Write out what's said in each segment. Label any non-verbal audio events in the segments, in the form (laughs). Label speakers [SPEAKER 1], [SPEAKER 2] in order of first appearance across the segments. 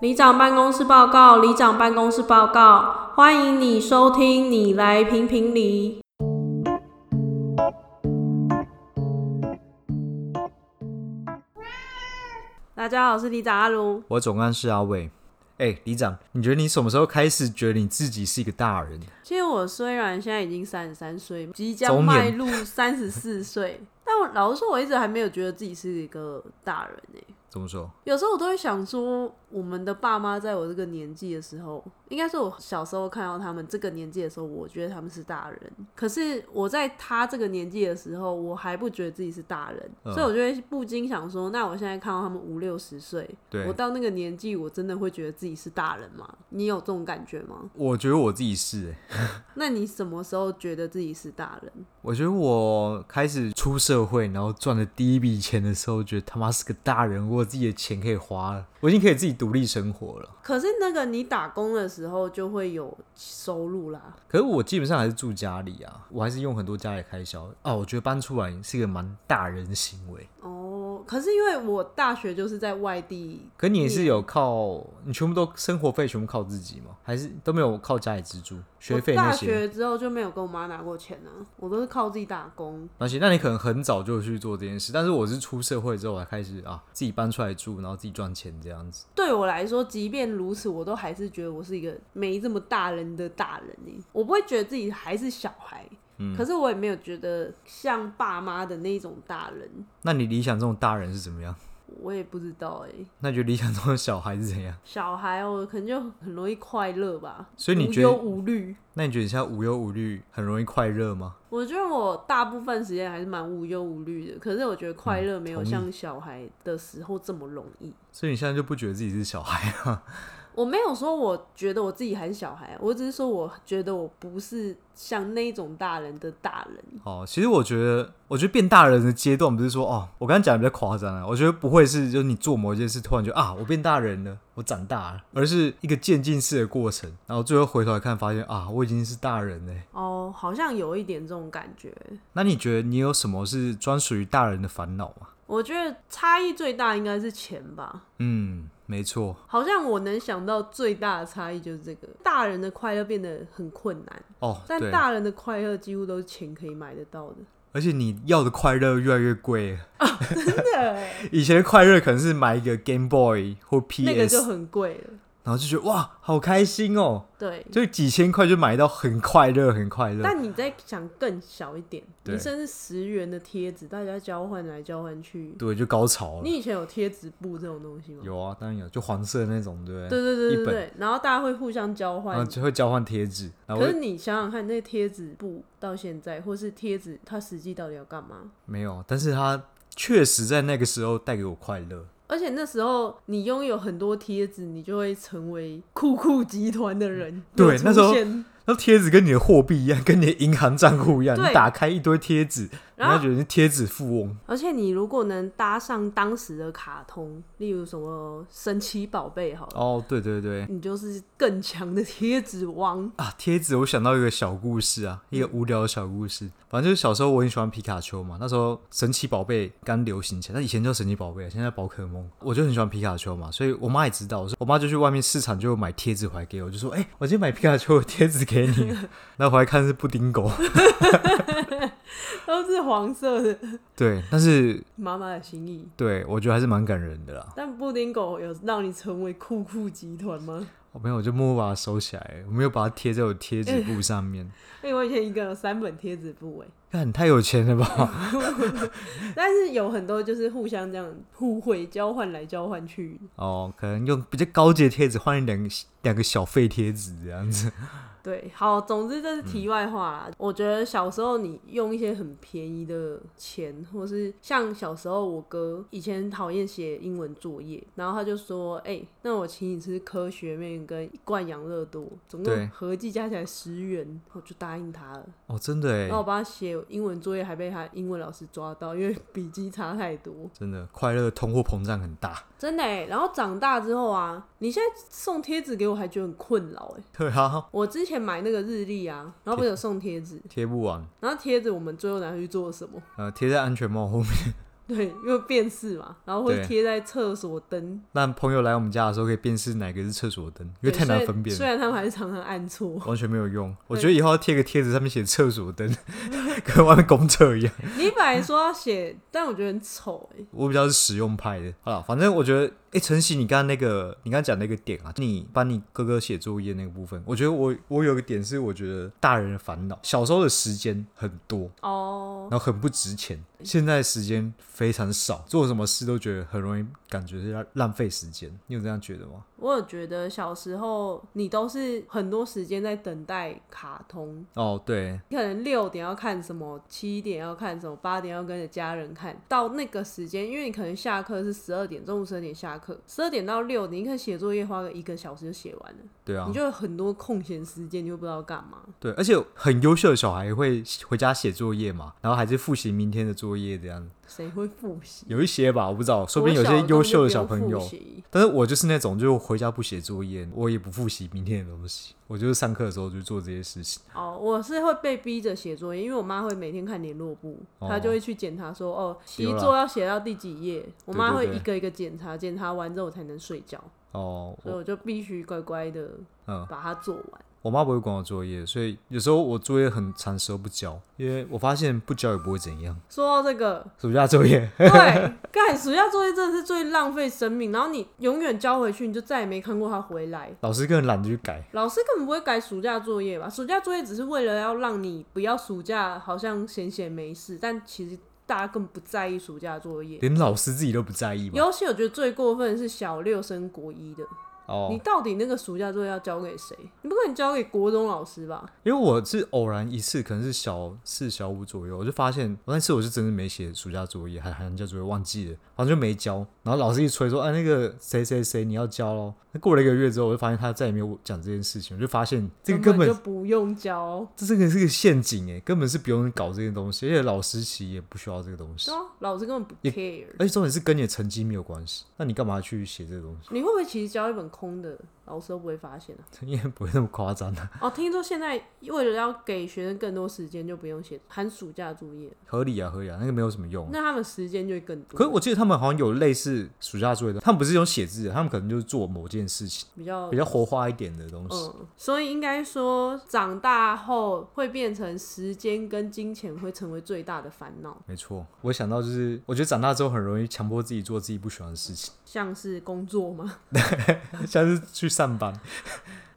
[SPEAKER 1] 里长办公室报告，里长办公室报告，欢迎你收听，你来评评理。大家好，我是里长阿卢。
[SPEAKER 2] 我总干事阿伟。哎、里长，你觉得你什么时候开始觉得你自己是一个大人？
[SPEAKER 1] 其实我虽然现在已经三十三岁，即将
[SPEAKER 2] 中年
[SPEAKER 1] 迈入三十四岁，但我老实说，我一直还没有觉得自己是一个大人呢、
[SPEAKER 2] 怎么说？
[SPEAKER 1] 有时候我都会想说，我们的爸妈在我这个年纪的时候，应该说我小时候看到他们这个年纪的时候，我觉得他们是大人。可是我在他这个年纪的时候，我还不觉得自己是大人，
[SPEAKER 2] 嗯
[SPEAKER 1] 所以我就会不禁想说，那我现在看到他们五六十岁，
[SPEAKER 2] 对
[SPEAKER 1] 我到那个年纪，我真的会觉得自己是大人吗？你有这种感觉吗？
[SPEAKER 2] 我觉得我自己是、哎，
[SPEAKER 1] 那你什么时候觉得自己是大人？
[SPEAKER 2] 我觉得我开始出社会，然后赚了第一笔钱的时候，觉得他妈是个大人，我有自己的钱可以花了，我已经可以自己独立生活了。
[SPEAKER 1] 可是那个你打工的时候就会有收入啦，
[SPEAKER 2] 可是我基本上还是住家里啊，我还是用很多家里开销啊。我觉得搬出来是一个蛮大人的行为。
[SPEAKER 1] 哦，可是因为我大学就是在外地，
[SPEAKER 2] 可你也是有靠你全部都生活费全部靠自己吗？还是都没有靠家里资助学费
[SPEAKER 1] 我
[SPEAKER 2] 那
[SPEAKER 1] 大
[SPEAKER 2] 些？
[SPEAKER 1] 学之后就没有跟我妈拿过钱了、我都是靠自己打工。
[SPEAKER 2] 那行，那你可能很早就去做这件事，但是我是出社会之后才开始啊，自己搬出来住，然后自己赚钱这样子。
[SPEAKER 1] 对我来说，即便如此，我都还是觉得我是一个没这么大人的大人呢、我不会觉得自己还是小孩，
[SPEAKER 2] 嗯
[SPEAKER 1] 可是我也没有觉得像爸妈的那种大人，
[SPEAKER 2] 那你理想中的大人是怎么样？ (laughs)
[SPEAKER 1] 我也不知道哎、
[SPEAKER 2] 那你觉得理想中的小孩是怎样？
[SPEAKER 1] 小孩我可能就很容易快乐吧，
[SPEAKER 2] 所以你
[SPEAKER 1] 无
[SPEAKER 2] 觉得
[SPEAKER 1] 忧无虑。
[SPEAKER 2] 那你觉得你现在无忧无虑，很容易快乐吗？
[SPEAKER 1] 我觉得我大部分时间还是蛮无忧无虑的，可是我觉得快乐没有
[SPEAKER 2] 嗯同意
[SPEAKER 1] 像小孩的时候这么容易。
[SPEAKER 2] 所以你现在就不觉得自己是小孩啊？
[SPEAKER 1] 我没有说我觉得我自己还是小孩，我只是说我觉得我不是像那种大人的大人。
[SPEAKER 2] (laughs) 哦，其实我觉得，我觉得变大人的阶段不是说哦，我刚刚讲的比较夸张啊，我觉得不会是就是你做某一件事突然就啊，我变大人了，我长大了，而是一个渐进式的过程，然后最后回头来看，发现啊，我已经是大人了。欸
[SPEAKER 1] 哦，好像有一点这种感觉。
[SPEAKER 2] 那你觉得你有什么是专属于大人的烦恼吗？
[SPEAKER 1] 我觉得差异最大应该是钱吧，
[SPEAKER 2] 嗯，没错，
[SPEAKER 1] 好像我能想到最大的差异就是这个，大人的快乐变得很困难，
[SPEAKER 2] 哦，
[SPEAKER 1] 但
[SPEAKER 2] 对，
[SPEAKER 1] 大人的快乐几乎都是钱可以买得到的。
[SPEAKER 2] 而且你要的快乐越来越贵了。
[SPEAKER 1] 真
[SPEAKER 2] (laughs)
[SPEAKER 1] 的欸，
[SPEAKER 2] 以前的快乐可能是买一个 Game Boy 或 PS，、
[SPEAKER 1] 那个就很贵了。
[SPEAKER 2] 然后就觉得哇，好开心哦，
[SPEAKER 1] 对，
[SPEAKER 2] 就几千块就买到很快乐，很快乐。
[SPEAKER 1] 但你再想更小一点，
[SPEAKER 2] 啊对
[SPEAKER 1] 你甚至十元的贴纸，大家交换来交换去。
[SPEAKER 2] 对，就高潮了
[SPEAKER 1] 你。以前有贴纸布这种东西吗？
[SPEAKER 2] 有啊，当然有，就黄色的那种，对不对？
[SPEAKER 1] 对对对对
[SPEAKER 2] 一本，
[SPEAKER 1] 对，然后大家会互相交
[SPEAKER 2] 然后
[SPEAKER 1] 换。
[SPEAKER 2] 就会交换贴纸，然后
[SPEAKER 1] 可
[SPEAKER 2] 我
[SPEAKER 1] 是你想想看，那贴纸布到现在，或是贴纸，它实际到底要干嘛？
[SPEAKER 2] 没有，啊但是它确实在那个时候带给我快乐。
[SPEAKER 1] 而且那时候你拥有很多贴纸，你就会成为酷酷集团的人。
[SPEAKER 2] 嗯对
[SPEAKER 1] 有出
[SPEAKER 2] 那时候
[SPEAKER 1] 现
[SPEAKER 2] 那贴纸跟你的货币一样，跟你的银行账户一样，
[SPEAKER 1] 对
[SPEAKER 2] 你打开一堆贴纸，然
[SPEAKER 1] 然后
[SPEAKER 2] 后觉得你是贴纸富翁。
[SPEAKER 1] 而且你如果能搭上当时的卡通，例如什么神奇宝贝好了，
[SPEAKER 2] 哦，对对对
[SPEAKER 1] 你就是更强的贴纸王。
[SPEAKER 2] 啊，贴纸，我想到一个小故事啊，一个无聊的小故事。反正就是小时候我很喜欢皮卡丘嘛，那时候神奇宝贝刚流行起来，那以前叫神奇宝贝，现在宝可梦，我就很喜欢皮卡丘嘛，所以我妈也知道，我说我妈就去外面市场就买贴纸回来给我，就说：“哎、我今天买皮卡丘的贴纸给你。”然后回来看是布丁狗，
[SPEAKER 1] 都是黄色的，
[SPEAKER 2] 对，但是
[SPEAKER 1] 妈妈的心意。
[SPEAKER 2] 对我觉得还是蛮感人的啦。
[SPEAKER 1] 但布丁狗有让你成为酷酷集团吗？
[SPEAKER 2] 我哦没有，我就默默把它收起来，我没有把它贴在我贴纸布上
[SPEAKER 1] (laughs)
[SPEAKER 2] 面。
[SPEAKER 1] 哎、我以前一个人有三本贴纸簿哎，
[SPEAKER 2] 看，太有钱了吧？ (laughs)
[SPEAKER 1] 但是有很多就是互相这样互惠交换来交换去。
[SPEAKER 2] 哦，可能用比较高级的贴纸换两个两个小废贴纸这样子。
[SPEAKER 1] 对，好，总之这是题外话啦。我觉得小时候你用一些很便宜的钱，或是像小时候我哥以前很讨厌写英文作业，然后他就说：“哎、那我请你吃科学面跟一罐养乐多，总
[SPEAKER 2] 对
[SPEAKER 1] 共合计加起来十元。”我就答应他了。
[SPEAKER 2] 哦，真的
[SPEAKER 1] 然后
[SPEAKER 2] 哎，
[SPEAKER 1] 我帮他写英文作业，还被他英文老师抓到，因为笔记差太多，
[SPEAKER 2] 真的，快乐的通货膨胀很大。 (laughs)
[SPEAKER 1] 真的哎。然后长大之后啊，你现在送贴纸给我还觉得很困扰哎。
[SPEAKER 2] 对啊，
[SPEAKER 1] 我之前买那个日历啊，然后不是有送贴纸，
[SPEAKER 2] 贴不完，
[SPEAKER 1] 然后贴纸我们最后拿去做什么？ (laughs)
[SPEAKER 2] 呃，贴在安全帽后面。 (laughs)
[SPEAKER 1] 对，因为辨识嘛，然后会
[SPEAKER 2] 对
[SPEAKER 1] 贴在厕所灯，
[SPEAKER 2] 让朋友来我们家的时候可以辨识哪个是厕所灯，因为
[SPEAKER 1] 对
[SPEAKER 2] 太难
[SPEAKER 1] 虽然
[SPEAKER 2] 分辨
[SPEAKER 1] 虽
[SPEAKER 2] 了，
[SPEAKER 1] 然他们还是常常按错， (laughs)
[SPEAKER 2] 完全没有用。我
[SPEAKER 1] 对
[SPEAKER 2] 觉得以后要贴个贴纸，上面写厕所灯， (laughs) 跟外面公厕一样。
[SPEAKER 1] 你本来说要写，但我觉得很丑哎、
[SPEAKER 2] 我比较是实用派的。好了，反正我觉得，哎、晨曦，你刚刚那个，你刚刚讲那个点啊，你帮你哥哥写作业那个部分，我觉得我我有个点是，我觉得大人的烦恼，小时候的时间很多，
[SPEAKER 1] 哦、
[SPEAKER 2] 然后很不值钱，现在时间非常少，做什么事都觉得很容易感觉是要浪费时间。你有这样觉得吗？
[SPEAKER 1] 我有觉得小时候你都是很多时间在等待卡通，
[SPEAKER 2] 哦，对，
[SPEAKER 1] 你可能六点要看什么，七点要看什么，八点要跟着家人看到那个时间，因为你可能下课是十二点，中午十二点下课，十二点到六点，你可能写作业花个一个小时就写完了，
[SPEAKER 2] 对啊
[SPEAKER 1] 你，就有很多空闲时间，你就不知道干嘛。
[SPEAKER 2] 对，而且很优秀的小孩会回家写作业嘛，然后还是复习明天的作业这样，
[SPEAKER 1] 谁会复习？
[SPEAKER 2] 有一些吧，我不知道，说不定有
[SPEAKER 1] 国
[SPEAKER 2] 些
[SPEAKER 1] 小
[SPEAKER 2] 优秀的小
[SPEAKER 1] 根本
[SPEAKER 2] 朋
[SPEAKER 1] 就不
[SPEAKER 2] 友
[SPEAKER 1] 用复。习
[SPEAKER 2] 但是我就是那种，就回家不写作业，我也不复习明天的东西，我就是上课的时候就做这些事情。
[SPEAKER 1] 哦，我是会被逼着写作业，因为我妈会每天看联络簿，
[SPEAKER 2] 哦
[SPEAKER 1] 她就会去检查说，哦，习
[SPEAKER 2] 丢了
[SPEAKER 1] 作要写到第几页，我
[SPEAKER 2] 对
[SPEAKER 1] 妈
[SPEAKER 2] 对
[SPEAKER 1] 会
[SPEAKER 2] 对
[SPEAKER 1] 一个一个检查，检查完之后我才能睡觉，
[SPEAKER 2] 哦，
[SPEAKER 1] 所以
[SPEAKER 2] 我
[SPEAKER 1] 我就必须乖乖的
[SPEAKER 2] 嗯，
[SPEAKER 1] 把它做完。
[SPEAKER 2] 我妈不会管我作业，所以有时候我作业很长时候不交，因为我发现不交也不会怎样。
[SPEAKER 1] 说到这个， (laughs)
[SPEAKER 2] 暑假作业， (laughs)
[SPEAKER 1] 对，干暑假作业真的是最浪费生命，然后你永远交回去，你就再也没看过他回来。
[SPEAKER 2] 老师更懒得去改。
[SPEAKER 1] 老师根本不会改暑假作业吧？暑假作业只是为了要让你不要暑假好像闲闲没事，但其实大家根本不在意暑假作业。
[SPEAKER 2] 连老师自己都不在意吧？
[SPEAKER 1] 尤其我觉得最过分的是小六升国一的，你
[SPEAKER 2] 哦，
[SPEAKER 1] 到底那个暑假作业要交给谁？你不可能交给国中老师吧？
[SPEAKER 2] 因为我是偶然一次，可能是小四、小五左右，我就发现我那次我是真的没写暑假作业，还寒假作业忘记了，好像就没交。然后老师一催说：“哎、那个谁谁谁你要交咯。那过了一个月之后，我就发现他再也没有讲这件事情，我就发现这个根本
[SPEAKER 1] 就不用交。
[SPEAKER 2] 这这个是个陷阱哎，根本是不用搞这些东西，而且老师其实也不需要这个东西
[SPEAKER 1] 对，啊，老师根本不
[SPEAKER 2] 也
[SPEAKER 1] care。
[SPEAKER 2] 而且重点是跟你的成绩没有关系，那你干嘛去写这个东西？
[SPEAKER 1] 你会不会其实交一本空的，老师都不会
[SPEAKER 2] (laughs)
[SPEAKER 1] 发现啊？
[SPEAKER 2] 应该不会那么夸张啊，
[SPEAKER 1] 哦，听说现在为了要给学生更多时间，就不用写寒暑假作业，
[SPEAKER 2] 合理啊合理啊，那个没有什么用啊、
[SPEAKER 1] 那他们时间就会更多。
[SPEAKER 2] 可是我记得他们好像有类似暑假作业的，他们不是用写字的，他们可能就是做某件事情，
[SPEAKER 1] 比较
[SPEAKER 2] 比较活化一点的东西。
[SPEAKER 1] 哦嗯，所以应该说长大后会变成时间跟金钱会成为最大的烦恼，
[SPEAKER 2] 没错，我想到就是，我觉得长大之后很容易强迫自己做自己不喜欢的事情， (laughs)
[SPEAKER 1] 像是工作嘛，
[SPEAKER 2] 像是去上班。 (laughs)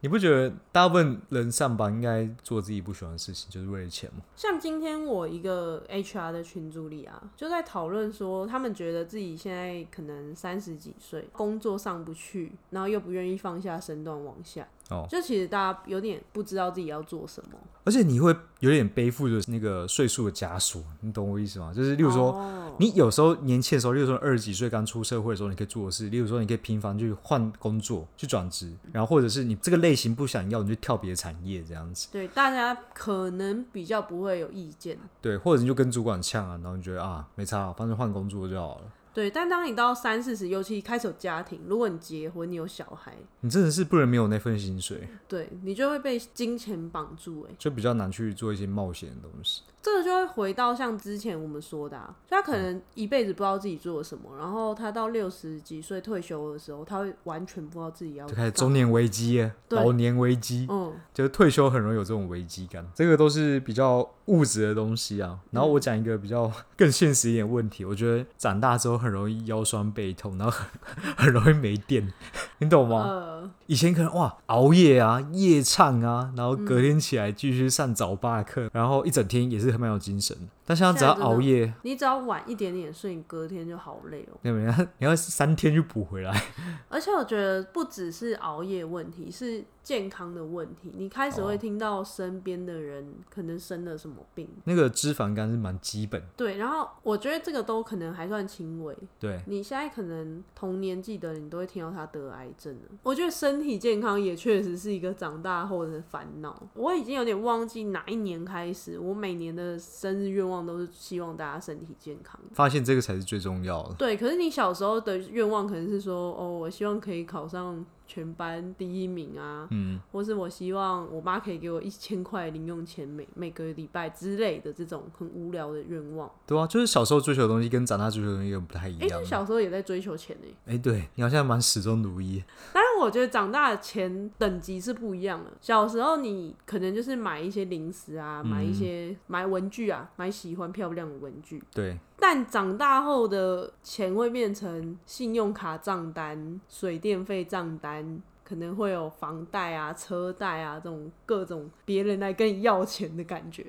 [SPEAKER 2] 你不觉得大部分人上班应该做自己不喜欢的事情，就是为了钱吗？
[SPEAKER 1] (laughs) 像今天我一个 HR 的群组里啊，就在讨论说，他们觉得自己现在可能三十几岁，工作上不去，然后又不愿意放下身段往下，
[SPEAKER 2] 哦
[SPEAKER 1] 就其实大家有点不知道自己要做什么。
[SPEAKER 2] 而且你会有点背负着那个岁数的枷锁，你懂我意思吗？就是例如说，
[SPEAKER 1] 哦
[SPEAKER 2] 你有时候年轻的时候，例如说二十几岁刚出社会的时候，你可以做的事，例如说你可以频繁去换工作、去转职，然后或者是你这个类型不想要，你就跳别的产业这样子，
[SPEAKER 1] 对，大家可能比较不会有意见。
[SPEAKER 2] 对，或者你就跟主管呛啊，然后你觉得啊没差啊，反正换工作就好了。
[SPEAKER 1] 对，但当你到三四十，尤其开始有家庭，如果你结婚，你有小孩，
[SPEAKER 2] 你真的是不能没有那份薪水，
[SPEAKER 1] 对你就会被金钱绑住、欸。哎，
[SPEAKER 2] 就比较难去做一些冒险的东西。
[SPEAKER 1] 这个就会回到像之前我们说的、啊，就他可能一辈子不知道自己做了什么，然后他到六十几岁退休的时候，他会完全不知道自己要
[SPEAKER 2] 就开始
[SPEAKER 1] 干嘛
[SPEAKER 2] 中年危机耶、
[SPEAKER 1] 哦对
[SPEAKER 2] 老年危机，
[SPEAKER 1] 嗯，
[SPEAKER 2] 就是退休很容易有这种危机感，这个都是比较物质的东西啊。然后我讲一个比较嗯 (laughs) 更现实一点的问题，我觉得长大之后很容易腰酸背痛，然后很很 (laughs) 容易没电，你懂吗？
[SPEAKER 1] 呃，
[SPEAKER 2] 以前可能哇熬夜啊、夜唱啊，然后隔天起来继续上早八
[SPEAKER 1] 嗯
[SPEAKER 2] 课，然后一整天也是很蛮有精神的。但现在只要
[SPEAKER 1] 现在真的
[SPEAKER 2] 熬夜，
[SPEAKER 1] 你只要晚一点点睡，你隔天就好累哦。
[SPEAKER 2] 那你要你要三天就补回来， (laughs)
[SPEAKER 1] 而且我觉得不只是熬夜问题，是健康的问题。你开始会
[SPEAKER 2] 哦
[SPEAKER 1] 听到身边的人可能生了什么病，
[SPEAKER 2] 那个脂肪肝是蛮基本的。
[SPEAKER 1] 对，然后我觉得这个都可能还算轻微。
[SPEAKER 2] 对，
[SPEAKER 1] 你现在可能同年纪的人，你都会听到他得癌症了。我觉得身体健康也确实是一个长大后的烦恼。我已经有点忘记哪一年开始，我每年的生日愿望望都是希望大家身体健康。
[SPEAKER 2] 发现这个才是最重要的。
[SPEAKER 1] 对，可是你小时候的愿望可能是说，哦，我希望可以考上全班第一名啊，
[SPEAKER 2] 嗯，
[SPEAKER 1] 或是我希望我妈可以给我一千块零用钱每每个礼拜之类的这种很无聊的愿望。
[SPEAKER 2] 对啊，就是小时候追求的东西跟长大追求的东西有点不太一
[SPEAKER 1] 哎、
[SPEAKER 2] 样
[SPEAKER 1] 就。小时候也在追求钱欸呢、
[SPEAKER 2] 哎、对你好像蛮始终如一。
[SPEAKER 1] 当然，我觉得长大的钱等级是不一样的。小时候你可能就是买一些零食啊，买一些买文具啊，买喜欢漂亮的文具。
[SPEAKER 2] 对，
[SPEAKER 1] 但长大后的钱会变成信用卡账单、水电费账单，可能会有房贷啊、车贷啊这种各种别人来跟你要钱的感觉。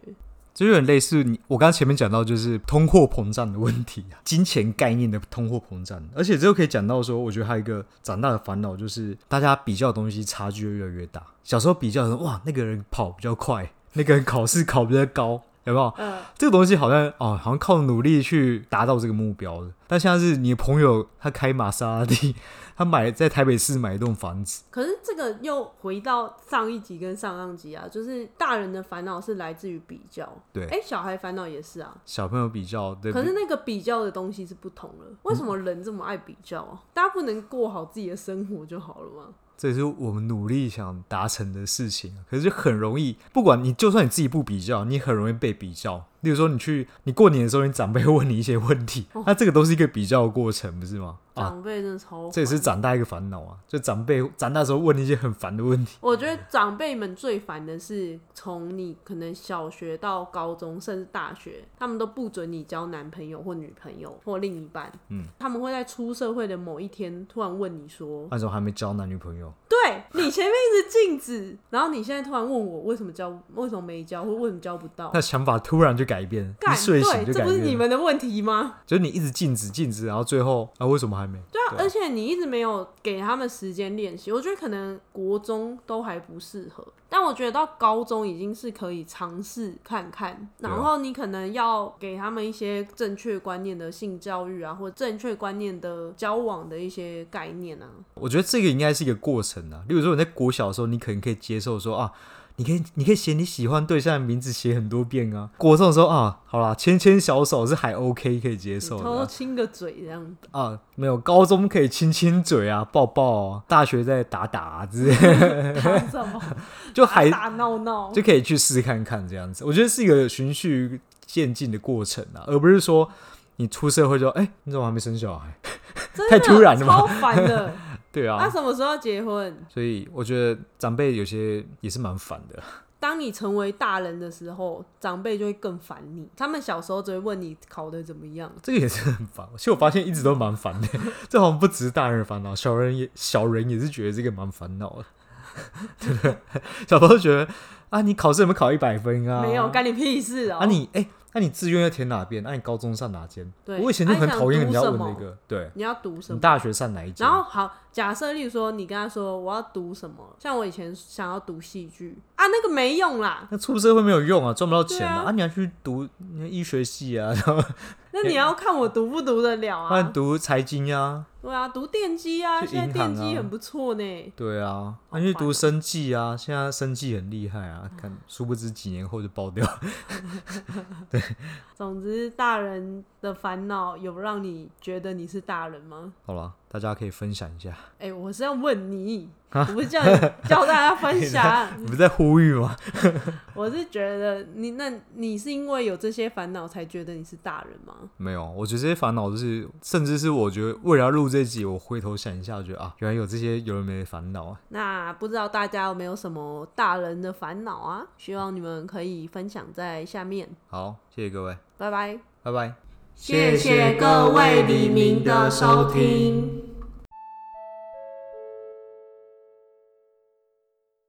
[SPEAKER 2] 就有点类似你我刚刚前面讲到，就是通货膨胀的问题啊，金钱概念的通货膨胀。而且这又可以讲到说，我觉得还有一个长大的烦恼就是，大家比较的东西差距会越来越大。小时候比较的时候，哇，那个人跑比较快，那个人考试考比较高，有没有？
[SPEAKER 1] 嗯，
[SPEAKER 2] 这个东西好像哦，好像靠努力去达到这个目标的。但现在是你的朋友，他开玛莎拉蒂，他买在台北市买一栋房子，
[SPEAKER 1] 可是这个又回到上一集跟上上集啊，就是大人的烦恼是来自于比较，
[SPEAKER 2] 对
[SPEAKER 1] 哎、小孩烦恼也是啊。
[SPEAKER 2] 小朋友比较对不
[SPEAKER 1] 可
[SPEAKER 2] 对
[SPEAKER 1] 是？那个比较的东西是不同了，为什么人这么爱比较啊？大家不能过好自己的生活就好了吗？
[SPEAKER 2] 这也是我们努力想达成的事情，啊可是就很容易，不管你就算你自己不比较，你也很容易被比较。例如说，你去你过年的时候，你长辈会问你一些问题，
[SPEAKER 1] 哦
[SPEAKER 2] 那这个都是一个比较的过程，不是吗？啊，
[SPEAKER 1] 长辈真的超、
[SPEAKER 2] 这也是长大一个烦恼啊，就长辈长大的时候问你一些很烦的问题。
[SPEAKER 1] 我觉得长辈们最烦的是，从你可能小学到高中，甚至大学，他们都不准你交男朋友或女朋友或另一半。
[SPEAKER 2] 嗯，
[SPEAKER 1] 他们会在出社会的某一天突然问你说
[SPEAKER 2] 那时候还没交男女朋友，：“
[SPEAKER 1] 对你前面一直禁止，然后你现在突然问我为什么交，为什么没交，或为什么交不到
[SPEAKER 2] 那？”想法突然就改变，一
[SPEAKER 1] 干，
[SPEAKER 2] 睡醒
[SPEAKER 1] 对，
[SPEAKER 2] 就
[SPEAKER 1] 这
[SPEAKER 2] 改
[SPEAKER 1] 不是你
[SPEAKER 2] 变了，
[SPEAKER 1] 们的问题吗？
[SPEAKER 2] 就是你一直禁止禁止，然后最后啊为什么还没？
[SPEAKER 1] 对啊，
[SPEAKER 2] 对啊
[SPEAKER 1] 而且你一直没有给他们时间练习，我觉得可能国中都还不适合，但我觉得到高中已经是可以尝试看看。
[SPEAKER 2] 对啊
[SPEAKER 1] 然后你可能要给他们一些正确观念的性教育啊，或正确观念的交往的一些概念啊。
[SPEAKER 2] 我觉得这个应该是一个过程啊。例如说你在国小的时候，你可能可以接受说啊，你可以你可以写你喜欢对象的名字写很多遍啊。国中的时候啊，好啦，牵牵小手是还 OK 可以接
[SPEAKER 1] 你
[SPEAKER 2] 受的
[SPEAKER 1] 偷偷
[SPEAKER 2] 啊
[SPEAKER 1] 亲个嘴这样，
[SPEAKER 2] 啊没有高中可以亲亲嘴啊，抱抱、啊，大学再打打、啊、之类的， (laughs)
[SPEAKER 1] 打什么
[SPEAKER 2] 就还
[SPEAKER 1] 打打闹闹？
[SPEAKER 2] 就可以去试看看这样子。我觉得是一个循序渐进的过程啊，而不是说你出社会就哎、你怎么还没生小孩？
[SPEAKER 1] 真
[SPEAKER 2] 太
[SPEAKER 1] 的
[SPEAKER 2] 突然了吧
[SPEAKER 1] 超烦
[SPEAKER 2] (laughs)
[SPEAKER 1] 的。
[SPEAKER 2] 对
[SPEAKER 1] 那
[SPEAKER 2] 啊，
[SPEAKER 1] 什么时候要结婚？
[SPEAKER 2] 所以我觉得长辈有些也是蛮烦的。
[SPEAKER 1] 当你成为大人的时候，长辈就会更烦你。他们小时候只会问你考得怎么样，
[SPEAKER 2] 这个也是很烦。其实我发现一直都蛮烦的， (laughs) 这好像不只是大人的烦恼，小人也小人也是觉得这个蛮烦恼的， (laughs) 对不对？小朋友觉得啊，你考试有没有考一百分啊？
[SPEAKER 1] 没有，干你屁事哦、
[SPEAKER 2] 啊你哎，那、你志愿要填哪边？啊那、你高中上哪间？
[SPEAKER 1] 对
[SPEAKER 2] 我以前就很讨厌人家问
[SPEAKER 1] 啊
[SPEAKER 2] 那
[SPEAKER 1] 你想读
[SPEAKER 2] 个，对
[SPEAKER 1] 你要读什
[SPEAKER 2] 你
[SPEAKER 1] 么？
[SPEAKER 2] 大学上哪一间？
[SPEAKER 1] 然后好，假设例如说你跟他说我要读什么，像我以前想要读戏剧啊，那个没用啦。
[SPEAKER 2] 那出社会没有用啊，赚不到钱啊！
[SPEAKER 1] 对啊
[SPEAKER 2] 啊，你要去读你要医学系啊，然后
[SPEAKER 1] 那你要看我读不读得了
[SPEAKER 2] 不然
[SPEAKER 1] 啊？
[SPEAKER 2] 读财经啊，
[SPEAKER 1] 对啊，读电机啊，
[SPEAKER 2] 哎去银
[SPEAKER 1] 现
[SPEAKER 2] 行啊
[SPEAKER 1] 在电机很不错呢。
[SPEAKER 2] 对啊，啊，你去
[SPEAKER 1] 烦
[SPEAKER 2] 读
[SPEAKER 1] 哦
[SPEAKER 2] 生计啊，现在生计很厉害啊，看殊不知几年后就爆掉。
[SPEAKER 1] 总之，大人的烦恼有让你觉得你是大人吗？
[SPEAKER 2] 好了，大家可以分享一下。
[SPEAKER 1] 哎、我是要问你，我不是叫
[SPEAKER 2] (laughs)
[SPEAKER 1] 你教大家分享。
[SPEAKER 2] 啊你不是在呼吁吗？
[SPEAKER 1] 我是觉得你，那你是因为有这些烦恼才觉得你是大人吗？
[SPEAKER 2] 没有，我觉得这些烦恼就是，甚至是我觉得为了要录这集，我回头想一下，我觉得啊，原来有这些有人没的烦恼啊。
[SPEAKER 1] 那不知道大家有没有什么大人的烦恼啊？希望你们可以分享在下面，
[SPEAKER 2] 好，谢谢各位，
[SPEAKER 1] 拜拜。
[SPEAKER 2] 拜拜。
[SPEAKER 1] 谢谢各位黎明的收听。